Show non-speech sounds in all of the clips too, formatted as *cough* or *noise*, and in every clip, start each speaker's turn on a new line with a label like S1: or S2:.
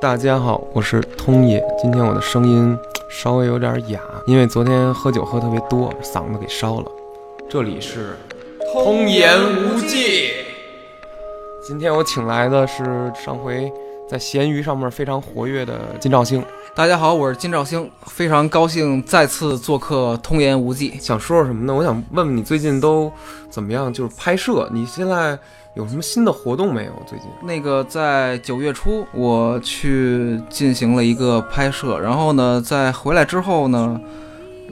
S1: 大家好，我是通野。今天我的声音稍微有点哑，因为昨天喝酒喝特别多，嗓子给烧了。这里是通言无忌。今天我请来的是上回在闲鱼上面非常活跃的金兆星，
S2: 大家好，我是金兆星，非常高兴再次做客《通言无忌》。
S1: 想说说什么呢？我想问问你最近都怎么样？就是拍摄，你现在有什么新的活动没有？最近
S2: 那个在九月初，我去进行了一个拍摄，然后呢，在回来之后呢，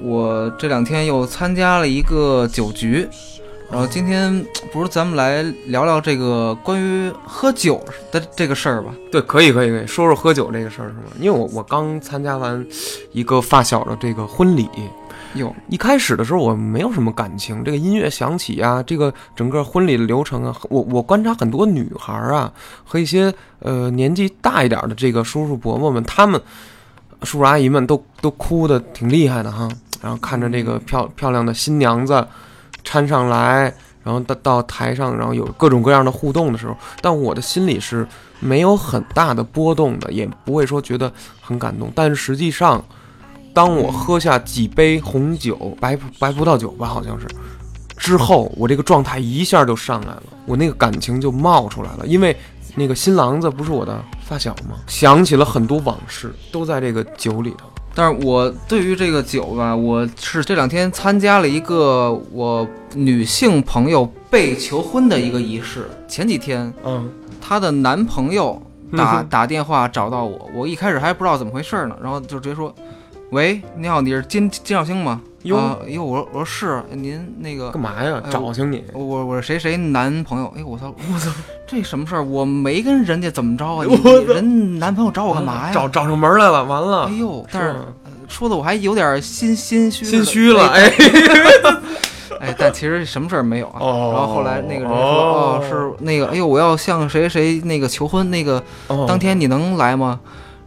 S2: 我这两天又参加了一个酒局，然后今天不如咱们来聊聊这个关于喝酒的这个事儿吧？
S1: 对，可以可以可以，说说喝酒这个事儿是吗？因为我我刚参加完一个发小的这个婚礼，
S2: 哟，
S1: 一开始的时候我没有什么感情，这个音乐响起啊，这个整个婚礼的流程啊，我我观察很多女孩儿啊和一些呃年纪大一点的这个叔叔伯伯们，他们叔叔阿姨们都都哭的挺厉害的哈，然后看着这个漂漂亮的新娘子搀上来，然后到到台上，然后有各种各样的互动的时候，但我的心里是没有很大的波动的，也不会说觉得很感动，但是实际上。当我喝下几杯红酒，白白葡萄酒吧，好像是，之后我这个状态一下就上来了，我那个感情就冒出来了，因为那个新郎子不是我的发小吗？想起了很多往事，都在这个酒里头。
S2: 但是我对于这个酒吧，我是这两天参加了一个我女性朋友被求婚的一个仪式。前几天
S1: 嗯，
S2: 她的男朋友打
S1: 嗯哼
S2: 打电话找到我，我一开始还不知道怎么回事呢，然后就直接说：“喂，你好，你是金金兆星吗？”
S1: 哟
S2: 啊哟，我说我说是您那个
S1: 干嘛呀？
S2: 哎
S1: 找醒你，
S2: 我我谁谁男朋友？哎，
S1: *laughs*
S2: 我操我操，这什么事儿？我没跟人家怎么着啊？你
S1: 我操
S2: 你人男朋友找我干嘛呀？
S1: 嗯找找上门来了，完了
S2: 哎，呦，但是
S1: 吗
S2: 说的我还有点心心虚的
S1: 心虚了，
S2: 哎
S1: 哎，
S2: 哎，但其实什么事儿没有啊。
S1: 哦
S2: 然后后来那个人说，
S1: 哦
S2: 哦，是那个，哎呦，我要向谁谁那个求婚，那个当
S1: 当
S2: 天你能来吗？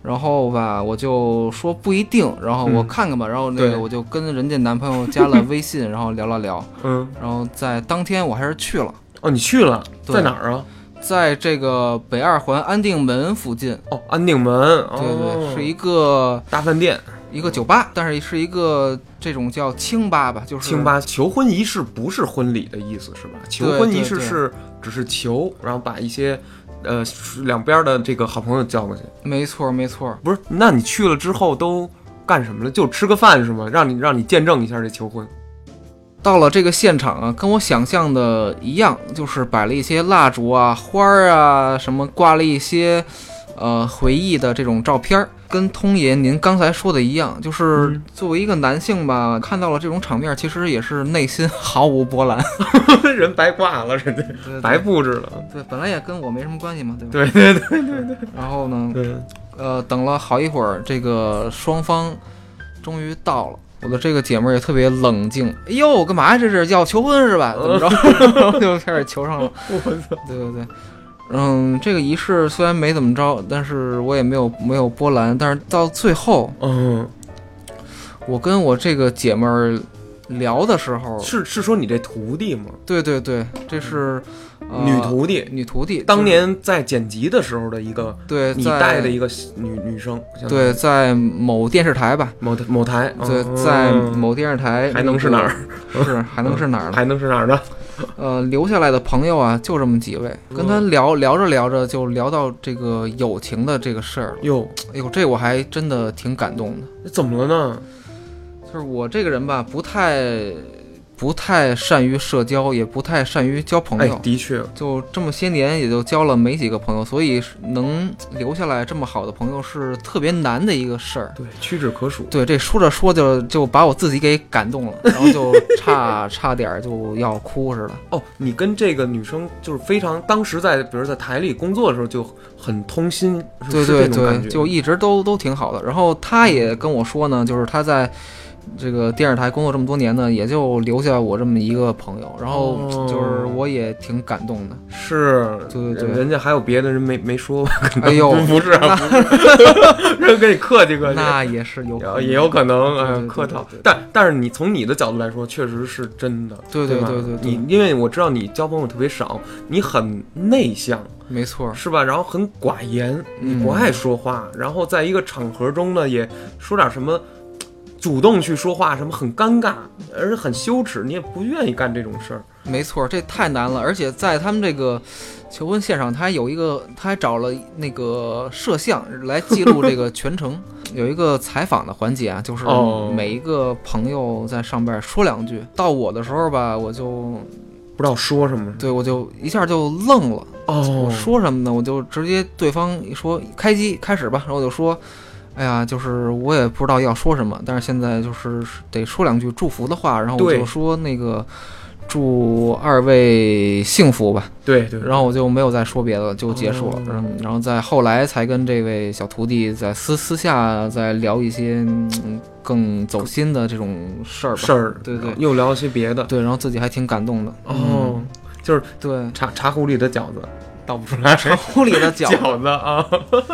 S2: 然后吧，我就说不一定，然后我
S1: 嗯
S2: 看看吧，然后那
S1: 对
S2: 个我就跟人家男朋友加了微信，然后聊了聊，
S1: 嗯，
S2: 然后在当天我还是去了，
S1: 哦，你去了，
S2: 对
S1: 在哪儿啊？
S2: 在这个北二环安定门附近，
S1: 哦，安定门，
S2: 对
S1: 哦
S2: 对，是一个
S1: 大饭店。
S2: 一个酒吧，但是是一个这种叫清吧吧，就是
S1: 清吧，求婚仪式不是婚礼的意思是吧？求婚仪式是只是求，然后把一些呃两边的这个好朋友叫过去。
S2: 没错，没错。
S1: 不是，那你去了之后都干什么了？就吃个饭是吗？让你让你见证一下这求婚。 *laughs*
S2: 到了这个现场啊，跟我想象的一样，就是摆了一些蜡烛啊、花儿啊，什么挂了一些，呃，回忆的这种照片儿。跟通爷您刚才说的一样，就是
S1: 嗯
S2: 作为一个男性吧，看到了这种场面，其实也是内心毫无波澜，
S1: 人白挂了，人家
S2: 对对
S1: 白布置了。
S2: 对，本来也跟我没什么关系 *laughs* 嘛，对吧？
S1: 对对对
S2: 然后呢，
S1: 对，
S2: 呃，等了好一会儿，这个双方终于到了。我的这个姐们儿也特别冷静。哎呦，干嘛呀？这是要求婚是吧？怎么着？ *laughs* 然后就开始求上了。
S1: 呃 *laughs* 我操！
S2: 对对对，嗯，这个仪式虽然没怎么着，但是我也没有没有波澜。但是到最后，
S1: 嗯，
S2: 我跟我这个姐们儿聊的时候，
S1: 是是说你这徒弟吗？
S2: 对对对，这是、呃、
S1: 女徒弟，
S2: 女徒弟，
S1: 当年在剪辑的时候的一个
S2: 对
S1: 你
S2: 在
S1: 带的一个女女生，相当于
S2: 对在某电视台吧，
S1: 某某台，
S2: 对
S1: 嗯
S2: 在某电视台
S1: 还能是哪儿？嗯
S2: 那个？是还能是哪儿呢？
S1: 还能是哪儿呢？
S2: 呃，留下来的朋友啊，就这么几位，跟他
S1: 嗯
S2: 聊聊着聊着就聊到这个友情的这个事儿了。
S1: 哟，
S2: 哎呦，这我还真的挺感动的。
S1: 那怎么了呢？
S2: 就是我这个人吧，不太不太善于社交，也不太善于交朋
S1: 哎
S2: 友。，
S1: 的确，
S2: 就这么些年，也就交了没几个朋友，所以是能留下来这么好的朋友是特别难的一个事儿。
S1: 对，屈指可数。
S2: 对，这说着说着就把我自己给感动了，然后就
S1: *laughs*
S2: 差差点儿就要哭似的。
S1: 哦，你跟这个女生就是非常，当时在比如在台里工作的时候就很通心，是
S2: 对
S1: 是
S2: 对
S1: 这种感
S2: 对，
S1: 觉。
S2: 就一直都都挺好的。然后他也跟我说呢，就是他在这个电视台工作这么多年呢，也就留下我这么一个朋友，然后
S1: 哦
S2: 就是我也挺感动的。
S1: 是，
S2: 对对对
S1: 人家还有别的人没没说吧？可能
S2: 哎呦，
S1: 不是啊，
S2: *laughs*
S1: 人家跟你客气客气，
S2: 那也是有可能
S1: 也也有可能
S2: 对对
S1: 呃
S2: 对
S1: 客套
S2: 对对，
S1: 但但是你从你的角度来说，确实是真的，
S2: 对
S1: 对
S2: 对
S1: 吧
S2: 对对对
S1: 你因为我知道你交朋友特别少，你很内向
S2: 没错，
S1: 是吧？然后很寡言，
S2: 嗯
S1: 你不爱说话，然后在一个场合中呢，也说点什么。主动去说话，什么很尴尬，而且很羞耻，你也不愿意干这种事儿。
S2: 没错，这太难了。而且在他们这个求婚现场，他还有一个，他还找了那个摄像来记录这个全程，有一个采访的环节啊，就是
S1: 哦
S2: 每一个朋友在上边说两句。到我的时候吧，我就
S1: 不知道说什么。
S2: 对我就一下就愣了。
S1: 哦
S2: 我，说什么呢？我就直接对方一说开机开始吧，然后我就说，哎呀，就是我也不知道要说什么，但是现在就是得说两句祝福的话，然后我
S1: 对
S2: 就说那个祝二位幸福吧，
S1: 对对，
S2: 然后我就没有再说别的了，就结束了
S1: 哦。
S2: 然后然后在后来才跟这位小徒弟在私私下再聊一些嗯更走心的这种事儿吧。
S1: 事儿，
S2: 对对
S1: 又聊一些别的。
S2: 对，然后自己还挺感动的。
S1: 哦，就是
S2: 嗯，
S1: *laughs*
S2: 对，
S1: 茶茶壶里的饺子倒不 *laughs* 出来，
S2: 茶壶里 *laughs* 的饺子，
S1: 饺子啊， *laughs*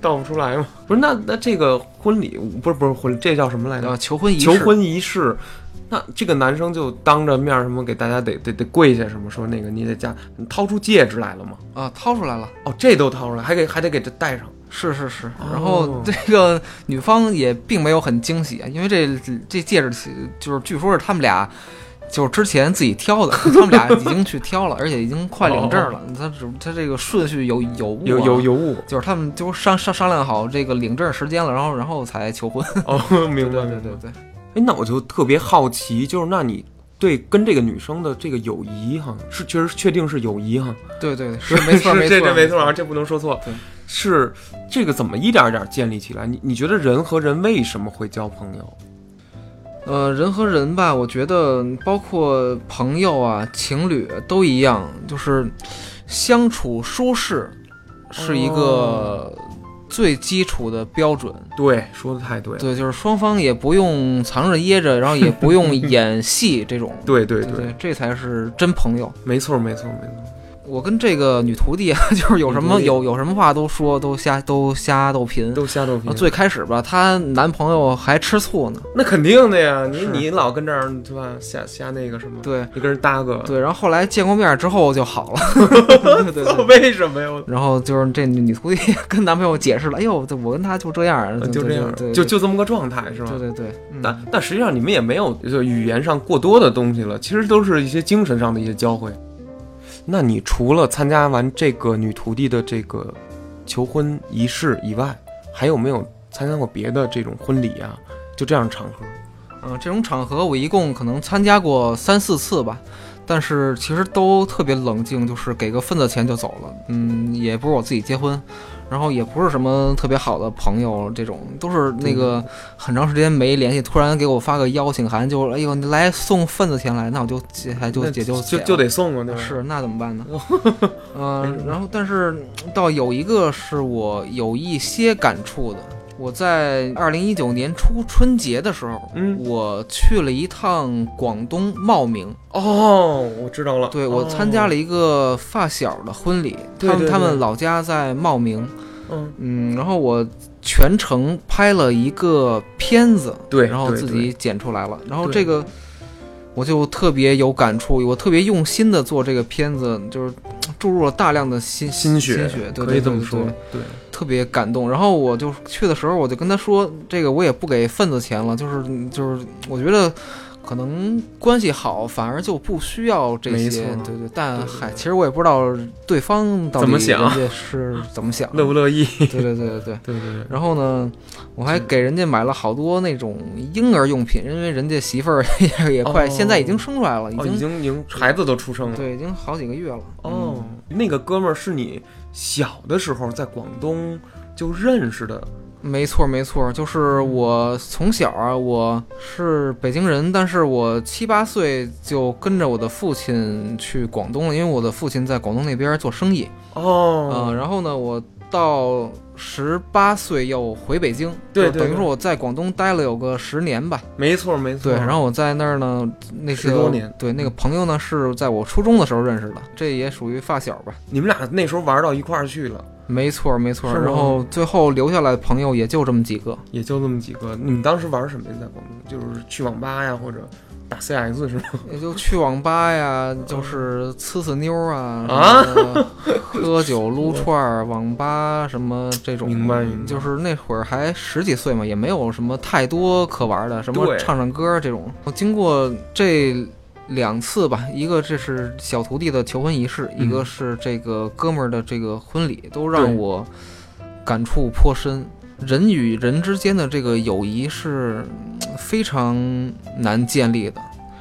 S1: 倒不出来嘛。不是，那那这个婚礼不是不是婚礼，这叫什么来着
S2: 呃，？求婚仪式，
S1: 求婚仪式。那这个男生就当着面儿什么给大家得得得跪下什么说那个你得加你掏出戒指来了吗？
S2: 啊、掏出来了。
S1: 哦，这都掏出来，还给还得给这戴上。
S2: 是是是，
S1: 哦
S2: 然后这个女方也并没有很惊喜，啊因为这这戒指其就是据说是他们俩就是之前自己挑的，他们俩已经去挑了，而且已经快领证了。他只他这个顺序有有误啊
S1: 哦有有，有误
S2: 就是他们就商商商量好这个领证时间了，然后然后才求婚。
S1: *laughs* 哦，明白
S2: 对
S1: 明白
S2: 对。对，
S1: 哎，那我就特别好奇，就是那你对跟这个女生的这个友谊哈，是确实确定是友谊哈，
S2: 对对对，是没
S1: *laughs*
S2: 错
S1: 是
S2: 没
S1: 这
S2: 错
S1: 这 *laughs* 没错啊，这不能说错
S2: 对。
S1: 是这个怎么一点一点建立起来？你你觉得人和人为什么会交朋友？
S2: 呃，人和人吧，我觉得包括朋友啊、情侣都一样，就是相处舒适是一个
S1: 哦
S2: 最基础的标准。
S1: 对，说的太对了。
S2: 对，就是双方也不用藏着掖着，然后也
S1: *laughs*
S2: 不用演戏这种。
S1: 对对
S2: 对
S1: 对，
S2: 对，这才是真朋友。
S1: 没错没错没错。
S2: 我跟这个女徒弟啊， *laughs* 就是有什
S1: 女徒
S2: 么
S1: 弟
S2: 有有什么话都说，都瞎都瞎斗贫。
S1: 都瞎逗皮
S2: 啊，最开始吧，她男朋友还吃醋呢。
S1: 那肯定的呀，你
S2: 是
S1: 你老跟这儿对吧，瞎瞎那个什么，
S2: 对
S1: 你跟人搭个，
S2: 对，然后后来见过面之后就好了。
S1: *laughs*
S2: 对对对。
S1: 为什么呀？
S2: 然后就是这女徒弟 *laughs* 跟男朋友解释了，哎呦，这我跟他就这样儿，
S1: 呃就这样，
S2: 对
S1: 就就这么个状态是吧？
S2: 对对对，嗯
S1: 但但实际上你们也没有就语言上过多的东西了，其实都是一些精神上的一些交汇。那你除了参加完这个女徒弟的这个求婚仪式以外，还有没有参加过别的这种婚礼啊？就这样的场合？
S2: 嗯，这种场合我一共可能参加过三四次吧，但是其实都特别冷静，就是给个份子钱就走了，嗯，也不是我自己结婚。然后也不是什么特别好的朋友，这种都是那
S1: 嗯
S2: 个很长时间没联系，突然给我发个邀请函，就哎呦你来送份子钱来，那我就解哎就
S1: 那
S2: 解就
S1: 就
S2: 解
S1: 就
S2: 了
S1: 得送啊，对吧？
S2: 是，那怎么办
S1: *laughs*
S2: 呢？嗯、然后但是嗯到有一个是我有一些感触的，我在二零一九年初春节的时候，
S1: 嗯，
S2: 我去了一趟广东茂名，
S1: 哦，我知道了，
S2: 对我参加
S1: 了，
S2: 了一个发小的婚礼，
S1: 对
S2: 他们
S1: 对
S2: 他
S1: 对
S2: 们老家在茂名，
S1: 嗯，
S2: 嗯，然后我全程拍了一个片子，
S1: 对
S2: 然后
S1: 对
S2: 自
S1: 对
S2: 己剪出来了，然后
S1: 对
S2: 这个我就特别有感触，我特别用心的做这个片子，就是嗯注入了大量的心
S1: 心血
S2: 心血，对
S1: 可以这么，
S2: 对
S1: 说
S2: 对对，
S1: 对，
S2: 特别感动。然后我就去的时候，我就跟他说，这个我也不给份子钱了，就是就是我觉得。可能关系好，反而就不需要这
S1: 没
S2: 些
S1: 错，
S2: 对对。但
S1: 对对
S2: 嗨，
S1: 对
S2: 其实我也不知道对方到底
S1: 怎么想
S2: 人家是怎么想的，
S1: *laughs* 乐不乐意？
S2: 对对对对对。
S1: 对对对，
S2: 然后呢，我还
S1: 是
S2: 给人家买了好多那种婴儿用品，因为人家媳妇儿 *laughs* 也也快，
S1: 哦
S2: 现在已经生出来了，已
S1: 哦，已
S2: 经
S1: 经已经孩子都出生了，
S2: 对，已经好几个月了。
S1: 哦
S2: 嗯，，
S1: 那个哥们儿是你小的时候在广东就认识的，
S2: 没错没错，就是我从小啊，我是北京人，但是我七八岁就跟着我的父亲去广东了，因为我的父亲在广东那边做生意。嗯、
S1: 哦，
S2: 然后呢，我到十八岁又回北京，
S1: 对
S2: 就是
S1: 对
S2: 等于
S1: 对
S2: 说我在广东待了有个十年吧。
S1: 没错没错。
S2: 对，然后我在那儿呢，那
S1: 嗯十
S2: 个
S1: 多年嗯
S2: 对那个朋友呢是在我初中的时候认识的，这也属于发小吧。
S1: 你们俩那时候玩到一块儿去了，
S2: 没错，没错。
S1: 是吗
S2: 然后最后留下来的朋友也就这么几个，
S1: 也就那么几个。你们当时玩什么呀？在广东就是去网吧呀，或者打 CS 是吗？
S2: 也就去网吧呀，就是呲呲妞啊，
S1: 啊
S2: 什么喝酒撸串儿，网吧什么这种。
S1: 明白明白
S2: 就是那会儿还十几岁嘛，也没有什么太多可玩的，什么
S1: 对
S2: 唱唱歌这种。经过这两次吧，一个这是小徒弟的求婚仪式，
S1: 嗯
S2: 一个是这个哥们儿的这个婚礼，都
S1: 对
S2: 让我感触颇深。人与人之间的这个友谊是嗯非常难建立的，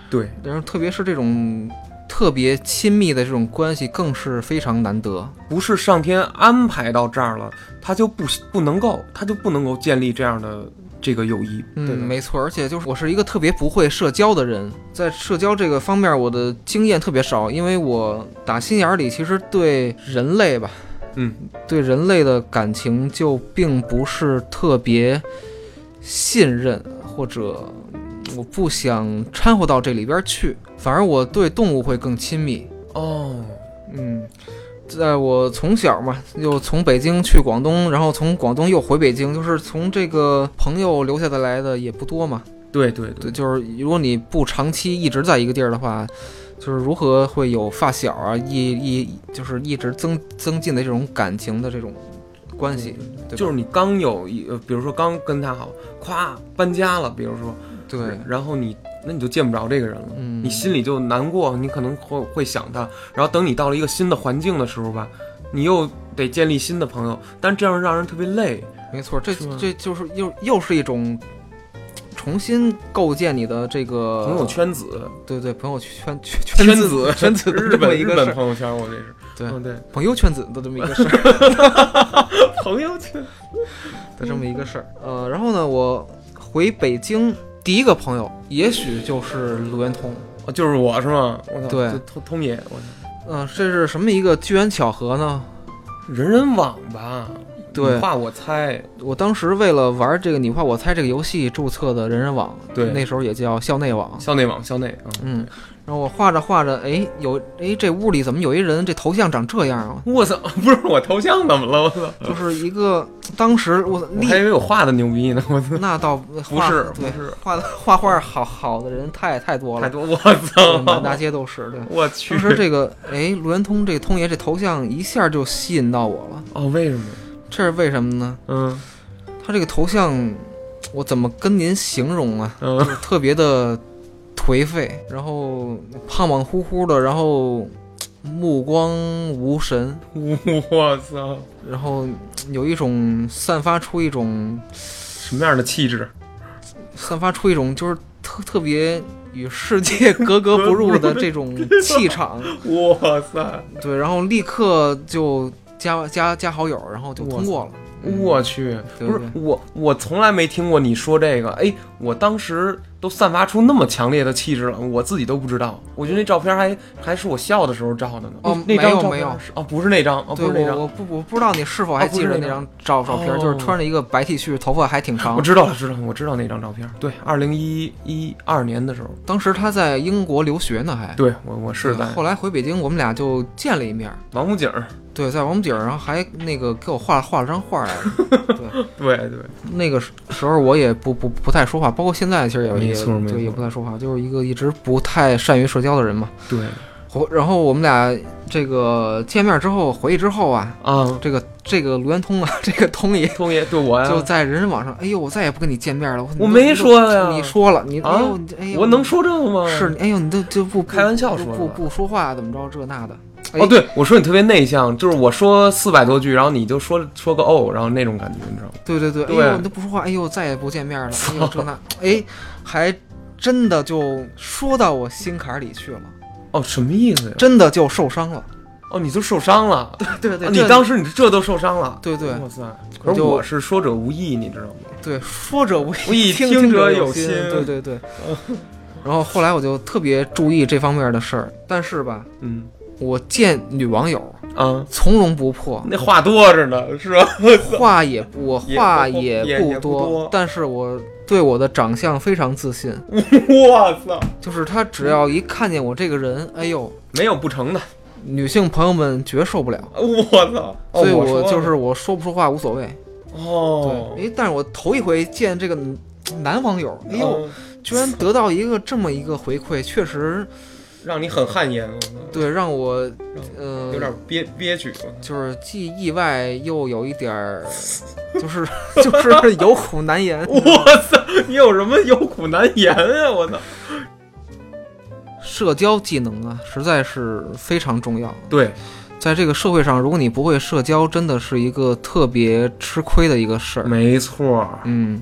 S1: 对，
S2: 然后特别是这种特别亲密的这种关系，更是非常难得。
S1: 不是上天安排到这儿了，他就不不能够，他就不能够建立这样的这个友谊，
S2: 嗯，
S1: 对吧？
S2: 没错，而且就是我是一个特别不会社交的人，在社交这个方面，我的经验特别少，因为我打心眼儿里其实对人类吧，
S1: 嗯，
S2: 对人类的感情就并不是特别信任，或者我不想掺和到这里边儿去，反而我对动物会更亲密。
S1: 哦，
S2: 嗯，在我从小嘛，又从北京去广东，然后从广东又回北京，就是从这个朋友留下的来的也不多嘛。
S1: 对对对
S2: 对，，就是如果你不长期一直在一个地儿的话，就是如何会有发小啊，一一就是一直增增进的这种感情的这种关系，对吧
S1: 就是你刚有一，呃比如说刚跟他好，咵搬家了，比如说，
S2: 对，
S1: 然后你那你就见不着这个人了。
S2: 嗯，
S1: 你心里就难过，你可能会会想他。然后等你到了一个新的环境的时候吧，你又得建立新的朋友，但这样让人特别累。
S2: 没错，这
S1: 是吗
S2: 这就是又又是一种重新构建你的这个
S1: 朋友，圈子，
S2: 对对，朋友圈呃 *laughs* 圈
S1: 圈
S2: 子 *laughs* 圈子的
S1: 日
S2: 这么
S1: 本
S2: 一
S1: 日
S2: 个事
S1: 本
S2: 儿
S1: 朋友圈，我这是
S2: 对
S1: 嗯对，
S2: 朋友圈子的这么一个
S1: *laughs*
S2: 事儿
S1: 朋友圈
S2: 的这么一个事儿。呃，然后呢，我回北京第一个朋友，也许就是卢元通。
S1: 哦，就是我是吗？我操，
S2: 对
S1: 就通通野，我操，
S2: 嗯、这是什么一个机缘巧合呢？
S1: 人人网吧，
S2: 对
S1: 你画我猜，
S2: 我当时为了玩这个你画我猜这个游戏注册的人人网，
S1: 对
S2: 那时候也叫校内网。
S1: 校内网，校内啊，
S2: 嗯，然后我画着画着，哎，有哎，这屋里怎么有一人这头像长这样
S1: *laughs*
S2: 啊？
S1: 我操，不是我头像怎么了？我操，
S2: 就是一个当时我
S1: 我还以为我画的牛逼呢，我操，
S2: 那倒
S1: 不
S2: 不
S1: 是不
S2: 对，
S1: 是，
S2: 画的画画好好的人太太多
S1: 太
S2: 了，
S1: 多，我
S2: 对满大
S1: 操，
S2: 街都是。对，
S1: 我去
S2: 当，时这个哎，卢元通这通爷这头像一下就吸引到我了，
S1: 哦，为什么？
S2: 这是为什么呢？
S1: 嗯
S2: 他这个头像，我怎么跟您形容啊？
S1: 嗯 *laughs*
S2: 就。是特别的颓废，然后胖胖乎乎的，然后目光无神，
S1: 我操，
S2: 然后有一种散发出一种
S1: 什么样的气质？
S2: 散发出一种就是特特别与世界格格不入的这种气场，
S1: 哇塞，
S2: 对，然后立刻就加加加好友，然后就通过了。嗯
S1: 我去，
S2: 对
S1: 不是我，我从来没听过你说这个。哎，我当时都散发出那么强烈的气质了，我自己都不知道。我觉得那照片还还是我笑的时候照的呢。
S2: 哦
S1: 那那张
S2: 没
S1: 照
S2: 有
S1: 片
S2: 没有
S1: 是哦，不是那张，哦，
S2: 对
S1: 不是那
S2: 我
S1: 张，
S2: 我不我不知道你是否还
S1: 哦不
S2: 记
S1: 是
S2: 着
S1: 那
S2: 那张照照片，就是
S1: 哦
S2: 穿着一个白 T 恤，头发还挺长
S1: 我。知道了，知道了，我知道那张照片。对，二零一一二年的时候，
S2: 当时他在英国留学呢，还
S1: 对我我是
S2: 对
S1: 在
S2: 后来回北京，我们俩就见了一面儿。
S1: 王府井儿。
S2: 对，在王府井儿，然后还那个给我画画了张画来着。 *laughs*
S1: 对对，
S2: 那个时时候我也不不不太说话，包括现在其实也
S1: 没
S2: 也
S1: 错没
S2: 对也
S1: 错
S2: 不太说话，就是一个一直不太善于社交的人嘛。
S1: 对
S2: 后然后我们俩这个见面之后回去之后啊，
S1: 啊，
S2: 这个这个卢元通啊， *laughs* 这个通爷
S1: 通爷对我呀，啊
S2: 就在人人网上，哎呦，我再也不跟你见面了。我
S1: 我没说呀
S2: 你说了，你
S1: 啊
S2: 哎呦，你哎呦，
S1: 我能说这个吗？
S2: 是，哎呦，你都就不
S1: 开玩笑说的
S2: 不不不说话，怎么着这那的。哎
S1: 哦，，对，我说你特别内向，就是我说四百多句，然后你就说说个哦，然后那种感觉，你知道吗？
S2: 对对对，
S1: 对啊
S2: 哎呦，你都不说话，哎呦，再也不见面了，哎呦
S1: *laughs*
S2: 这那，哎，还真的就说到我心坎儿里去了，
S1: 哦，什么意思呀？
S2: 真的就受伤了。
S1: 哦，你就受伤了，
S2: 对对
S1: 哦你当时你这都受伤了，
S2: 对对
S1: 哇塞！可是
S2: 就
S1: 我是说者无意，你知道吗？
S2: 对，说者无
S1: 无意
S2: 听
S1: 听者
S2: 者
S1: 有
S2: 心，
S1: 心嗯
S2: 对对对。然后后来我就特别注意这方面的事儿，但是吧，
S1: 嗯，
S2: 我见女网友
S1: 啊，
S2: 从容不迫，
S1: 那话多着呢，是吧？ *laughs*
S2: 话也不我
S1: 也
S2: 话
S1: 不也
S2: 不
S1: 也不多
S2: 但是我对我的长相非常
S1: *laughs*
S2: 自信，
S1: 我操，
S2: 就是他只要一看见我这个人，哎呦，
S1: 没有不成的，
S2: 女性朋友们绝受不了，
S1: 我操！哦
S2: 所以
S1: 说
S2: 我
S1: 呢
S2: 就是我说不说话无所谓。
S1: 哦，
S2: 对，哎，但是我头一回见这个男网友，哎呦，
S1: 嗯，
S2: 居然得到一个这么一个回馈，确实
S1: 让你很汗颜，啊我操
S2: 对让我
S1: 让
S2: 呃
S1: 有点憋憋
S2: *laughs*
S1: 屈，我操
S2: 就是既意外又有一点儿，就是 *laughs* 就是有苦难
S1: *laughs*
S2: 言。
S1: 我操！你有什么有苦难言啊？我操！
S2: 社交技能啊，实在是非常重要。
S1: 对，
S2: 在这个社会上，如果你不会社交，真的是一个特别吃亏的一个事儿。
S1: 没错儿。
S2: 嗯，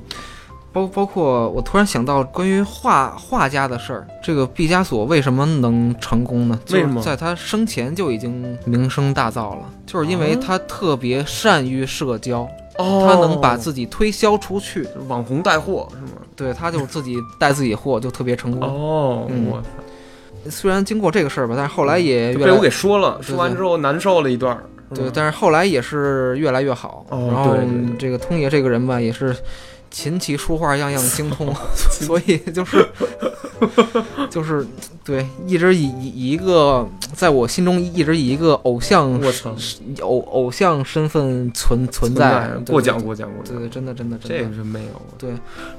S2: 包包括我突然想到关于画画家的事儿，这个毕加索为什么能成功呢？就
S1: 为什
S2: 是
S1: 么
S2: 在他生前就已经名声大噪了，就是因为
S1: 啊
S2: 他特别善于社交，
S1: 哦
S2: 他能把自己推销出去，
S1: 网红带货是吗？
S2: 对他就自己带自己货，就特别成功。
S1: 哦
S2: 嗯
S1: 我操！
S2: 虽然经过这个事儿吧，但是后来也
S1: 就
S2: 越
S1: 被
S2: 来
S1: 我给说了，说完
S2: 对
S1: 之后难受了一段儿。是
S2: 对，
S1: 吧
S2: 但是后来也是越来越好。
S1: 嗯哦
S2: 然后
S1: 对对对
S2: 这个通爷这个人吧，也是琴棋书画样样
S1: *laughs*
S2: 精通，所以就是就是对，一直以以以一个在我心中一直以一个偶像
S1: 我操，
S2: 偶偶像身份存存在，对
S1: 过奖。过奖过
S2: 对
S1: 奖
S2: 对，对，真的真的真
S1: 这
S2: 的
S1: 个。是没有。啊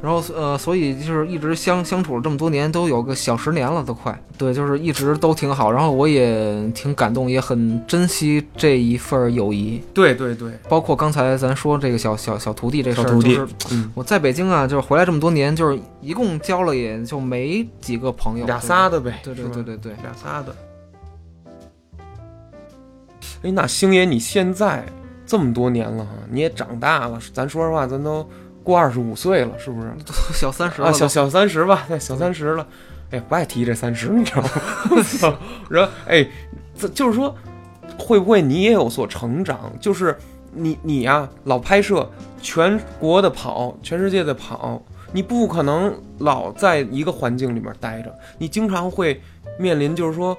S2: 然后呃，所以就是一直相相处了这么多年，都有个小十年了，都快。对，就是一直都挺好。然后我也挺感动，也很珍惜这一份儿友谊。
S1: 对对对，
S2: 包括刚才咱说这个小小小徒弟这事
S1: 小
S2: 儿，
S1: 徒弟
S2: 就是
S1: 嗯，
S2: 我在北京啊，就是回来这么多年，就是一共交了也就没几个朋友，
S1: 俩仨的呗，
S2: 对
S1: 是
S2: 对
S1: 吧
S2: 对对对， *laughs*
S1: 俩仨的。哎，那星爷，你现在这么多年了哈，你也长大了，咱说实话，咱都过二十五岁了，是不是？
S2: 小三十
S1: 啊，
S2: 了
S1: 小
S2: 都，
S1: 小三十吧，对，小三十了。哎，不爱提这三十，你知道吗？我操
S2: *laughs*
S1: 然后，哎，这就是说，会不会你也有所成长？就是你你呀、老拍摄，全国的跑，全世界的跑，你不可能老在一个环境里面待着，你经常会面临，就是说，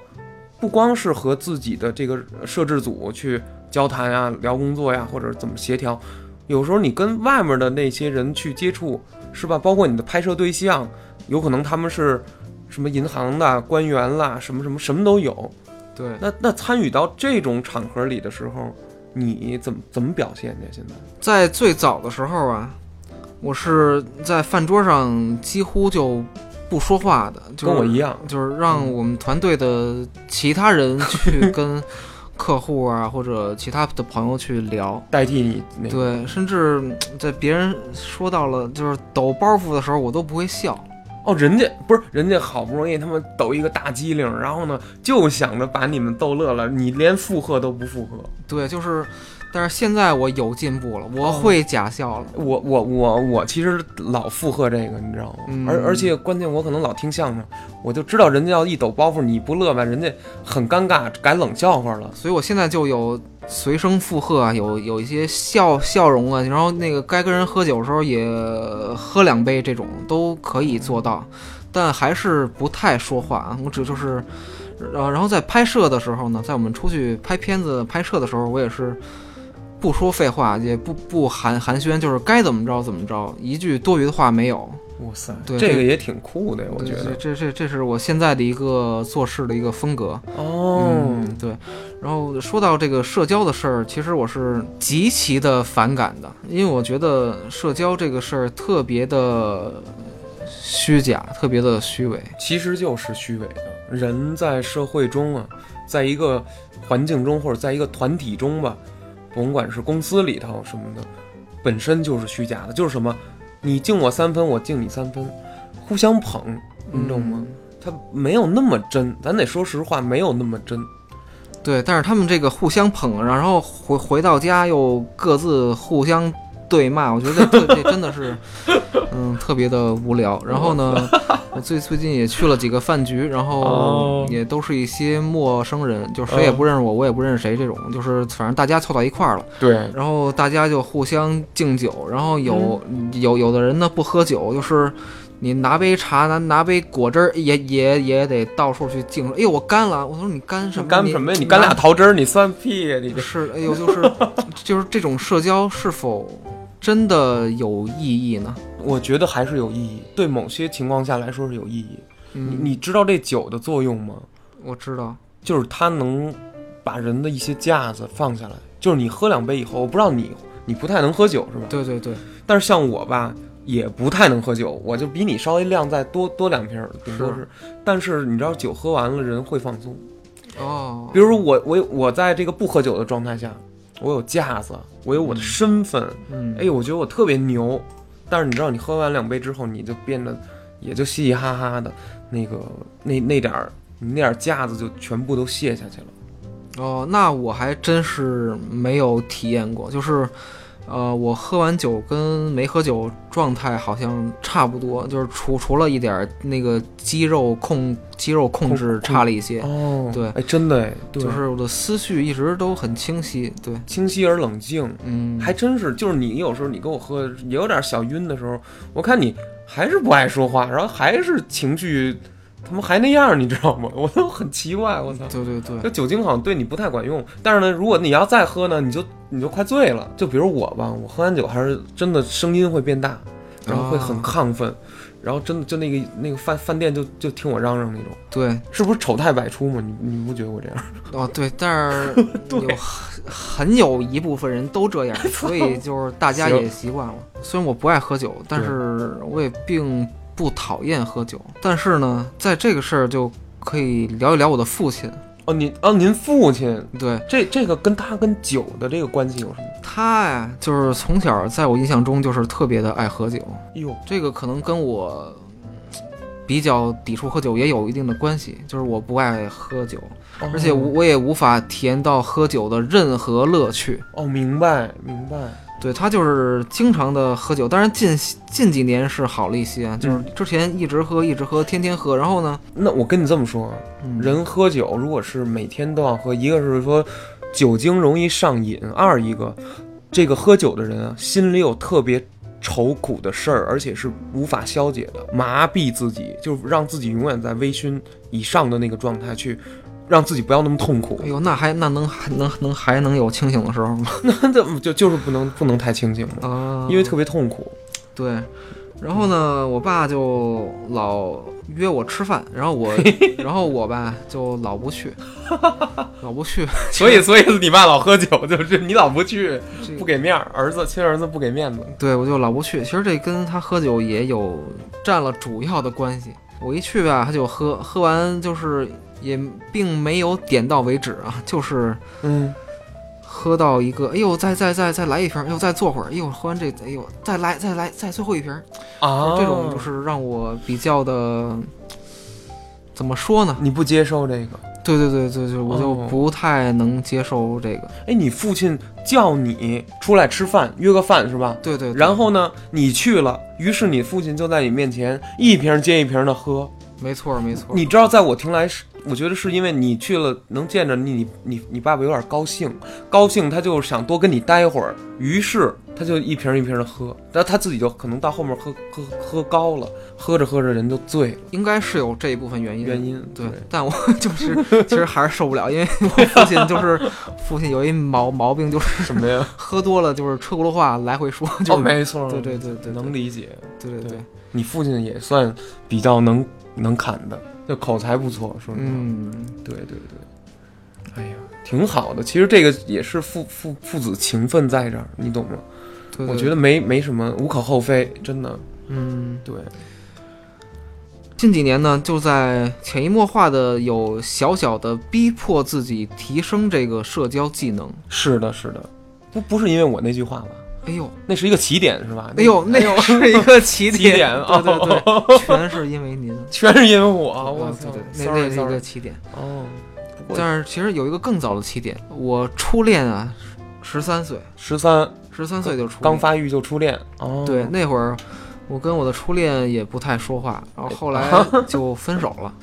S1: 不光是和自己的这个摄制组去交谈呀、聊工作呀，或者怎么协调，有时候你跟外面的那些人去接触，是吧？包括你的拍摄对象，有可能他们是什么银行的啊官员啦，什么什么什么都有。
S2: 对，
S1: 那那参与到这种场合里的时候，你怎么怎么表现呢？现在
S2: 在最早的时候啊，我是在饭桌上几乎就不说话的，就是、
S1: 跟我一样，
S2: 就是让我们团队的其他人去跟客户啊或者其他的朋友去聊。
S1: 代替你那个
S2: 对，甚至嗯在别人说到了就是抖包袱的时候，我都不会笑。
S1: 哦，人家不是人家好不容易他们抖一个大机灵，然后呢就想着把你们逗乐了，你连附和都不附和。
S2: 对，就是，但是现在我有进步了，我
S1: 哦
S2: 会假笑了。
S1: 我我我我其实老附和这个，你知道吗？
S2: 嗯
S1: 而而且关键我可能老听相声，我就知道人家要一抖包袱，你不乐吧，人家很尴尬，改冷笑话了。
S2: 所以我现在就有随声附和啊，有有一些笑笑容啊，然后那个该跟人喝酒的时候也喝两杯，这种都可以做到，但还是不太说话啊。我只就是，呃，然后在拍摄的时候呢，在我们出去拍片子拍摄的时候，我也是不说废话，也不不寒寒暄，就是该怎么着怎么着，一句多余的话没有。
S1: 哇塞，
S2: 对
S1: 这个
S2: 这
S1: 也挺酷的，我觉
S2: 对
S1: 得。
S2: 这这这这是我现在的一个做事的一个风格。
S1: 哦，
S2: 嗯，对。然后说到这个社交的事儿，其实我是极其的反感的，因为我觉得社交这个事儿特别的虚假，特别的虚伪。
S1: 其实就是虚伪的。人在社会中啊，在一个环境中或者在一个团体中吧，甭管是公司里头什么的，本身就是虚假的，就是什么，你敬我三分，我敬你三分，互相捧，你懂
S2: 嗯
S1: 吗？它没有那么真，咱得说实话，没有那么真。
S2: 对，但是他们这个互相捧，然后回回到家又各自互相对骂，我觉得这这真的
S1: *laughs*
S2: 是，嗯，特别的无聊。然后呢，我最最近也去了几个饭局，然后
S1: 哦
S2: 也都是一些陌生人，就谁也不认识我，我也不认识谁，这种就是反正大家凑到一块儿了，
S1: 对，
S2: 然
S1: 嗯
S2: 后大家就互相敬酒，然后有、有有的人呢不喝酒，就是你拿杯茶，拿拿杯果汁儿，也也也得到处去敬说。哎呦，我干了！我说你干什么？
S1: 干什么呀？你干俩桃汁儿，你算屁呀？你这
S2: 是，哎呦，就是就是这种社交是否真的有意义呢？
S1: 我觉得还是有意义，对某些情况下来说是有意义。你
S2: 嗯，
S1: 你知道这酒的作用吗？
S2: 我知道，
S1: 就是它能把人的一些架子放下来。就是你喝两杯以后，我不知道你你不太能喝酒是吧？
S2: 对对对，
S1: 但是像我吧，也不太能喝酒，我就比你稍微量再多多两瓶儿，顶多是。但是你知道，酒喝完了人会放松。
S2: 哦
S1: 比，如说我我我在这个不喝酒的状态下，我有架子，我有我的身份，
S2: 嗯，
S1: 哎，我觉得我特别牛。但是你知道，你喝完两杯之后，你就变得也就嘻嘻哈哈的，那个那那点儿你那点儿架子就全部都卸下去了。
S2: 哦，那我还真是没有体验过，就是，呃，我喝完酒跟没喝酒状态好像差不多，就是除除了一点儿那个肌肉控肌肉控
S1: 控
S2: 制
S1: 控
S2: 差了一些，
S1: 哦
S2: 对
S1: 哎，真的哎，对
S2: 就是我的思绪一直都很清晰，对，
S1: 清晰而冷静。
S2: 嗯，
S1: 还真是，就是你有时候你跟我喝也有点小晕的时候，我看你还是不爱说话，然后还是情绪，他们还那样，你知道吗？ *laughs* 我都很奇怪，我操！
S2: 对对对，
S1: 这酒精好像对你不太管用，但是呢，如果你要再喝呢，你就你就快醉了。就比如我吧，我喝完酒还是真的声音会变大，然后会很
S2: 啊
S1: 亢奋，然后真的就那个那个饭饭店就就听我嚷嚷那种，
S2: 对
S1: 是不是丑态百出嘛？你你不觉得我这样？ *laughs*
S2: 哦对，但是有很很有一部分人都这样，所以就是大家
S1: 行
S2: 也习惯了。虽然我不爱喝酒，但是我也并不讨厌喝酒。但是呢，在这个事儿就可以聊一聊我的父亲。
S1: 哦，您哦，您父亲
S2: 对
S1: 这这个跟他跟酒的这个关系有什么？
S2: 他呀，就是从小在我印象中就是特别的爱喝酒，
S1: 哎呦，
S2: 这个可能跟我嗯比较抵触喝酒也有一定的关系，就是我不爱喝酒，而
S1: 哦
S2: 且我我也无法体验到喝酒的任何乐趣。
S1: 哦，明白明白，
S2: 对他就是经常的喝酒，当然近近几年是好了一些，啊
S1: 嗯
S2: 就是之前一直喝一直喝，天天喝，然后呢，
S1: 那我跟你这么说啊，
S2: 嗯、
S1: 人喝酒如果是每天都要喝，一个是说酒精容易上瘾，二一个这个喝酒的人啊，心里有特别愁苦的事儿，而且是无法消解的，麻痹自己，就是让自己永远在微醺以上的那个状态去，让自己不要那么痛苦
S2: 哎。呦，那还那能还能能还能有清醒的
S1: *laughs*
S2: 时候吗？
S1: 那怎么就就是不能不能太清醒了，
S2: 啊，
S1: 因为特别痛苦。
S2: *laughs* 对，然后呢，我爸就老约我吃饭，然后
S1: *laughs*
S2: 我然后我吧就老不去，老不去，
S1: 所以所以你爸老喝酒，就是你老不去，
S2: 这
S1: 不给面儿，儿子亲儿子不给面子。
S2: 对，我就老不去。其实这跟他喝酒也有占了主要的关系。我一去吧，他就喝，喝完就是也并没有点到为止啊，就是
S1: 嗯，
S2: 喝到一个，哎呦，再再再再来一瓶，哎呦，再坐会儿，哎呦，喝完这，哎呦，再来再来再最后一瓶，
S1: 啊，
S2: 这种就是让我比较的，怎么说呢？
S1: 你不接受这个。
S2: 对对对对对，我就
S1: 哦
S2: 不太能接受这个。
S1: 哎，你父亲叫你出来吃饭，约个饭是吧？
S2: 对对对
S1: 然后呢，你去了，于是你父亲就在你面前一瓶接一瓶的喝。
S2: 没错儿没错儿，
S1: 你知道，在我听来是，我觉得是因为你去了能见着你，你你你爸爸有点高兴，高兴他就想多跟你待会儿，于是他就一瓶一瓶的喝，然后他自己就可能到后面喝喝喝高了，喝着喝着人就醉了，
S2: 应该是有这一部分原因的。
S1: 原因
S2: 对，但我
S1: *laughs*
S2: 就是其实还是受不了，因为我父亲就是父亲有一毛毛病， *laughs* 就是
S1: 什么呀？
S2: 喝多了就是车轱辘话来回说，就
S1: 哦，
S2: 是、
S1: 没错，
S2: 对对对对，
S1: 能
S2: 力，
S1: 理解。
S2: 对对对，
S1: 你父亲也算比较能能侃的，就口才不错，说实话。
S2: 嗯，
S1: 对对对，哎呀，挺好的。其实这个也是父父父子情分在这儿，你懂吗？
S2: 对，对
S1: 我觉得，没没什么，无可厚非，真的。
S2: 嗯，
S1: 对，
S2: 近几年呢，就在潜移默化的有小小的逼迫自己提升这个社交技能。
S1: 是的，是的，不不是因为我那句话吧？
S2: 哎呦，
S1: 那是一个起点是吧？
S2: 哎呦，那
S1: 个
S2: 是一个起
S1: 起点
S2: 点，
S1: 哦
S2: 对对对，全是因
S1: *laughs*
S2: 为您。
S1: 全是因为我，我
S2: 啊
S1: 操
S2: 对对，
S1: ，sorry
S2: 那那是一个
S1: sorry，
S2: 起点。
S1: 哦，不过
S2: 但是其实有一个更早的起点，我初恋啊，十三岁，
S1: 十三
S2: 十三岁就初
S1: 刚
S2: 恋。
S1: 发育就初恋，哦，
S2: 对，那会儿我跟我的初恋也不太说话，然后后
S1: 哎
S2: 来就分手
S1: *laughs*
S2: 了。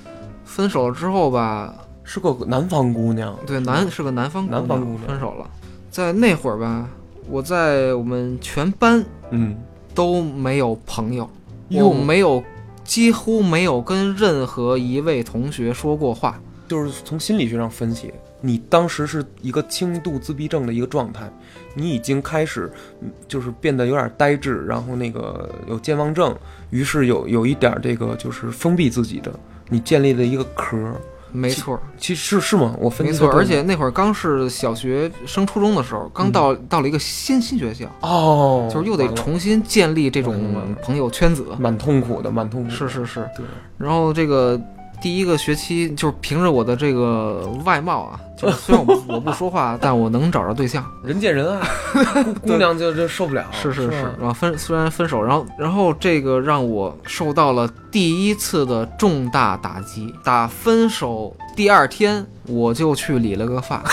S2: 分手了之后吧，
S1: 是个南方姑娘，
S2: 对，南是个南方
S1: 南方姑娘
S2: 分手了。在那会儿吧，我在我们全班
S1: 嗯，
S2: 都没有朋友，
S1: 哟
S2: 我没有几乎没有跟任何一位同学说过话。
S1: 就是从心理学上分析，你当时是一个轻度自闭症的一个状态，你已经开始嗯就是变得有点呆滞，然后那个有健忘症，于是有有一点这个就是封闭自己的，你建立的一个壳儿。
S2: 没错儿，
S1: 其实是是吗？我分析
S2: 没
S1: 得
S2: 错儿。
S1: 对吗嗯
S2: 而且那会儿刚是小学升初中的时候，刚到、到了一个新新学校，
S1: 哦，
S2: 就是又得
S1: 完了
S2: 重新建立这种
S1: 嗯
S2: 朋友圈子。
S1: 蛮痛苦的，蛮痛苦的。
S2: 是是是，
S1: 对，
S2: 然后这个第一个学期，就是凭着我的这个外貌啊，就是虽然我不我不说话，但我能找着对象。
S1: 人见人爱，姑姑娘就就受不了。
S2: 是
S1: 是
S2: 是是
S1: 吧，
S2: 然后分虽然分手，然后然后这个让我受到了第一次的重大打击。打分手第二天，我就去理了个发，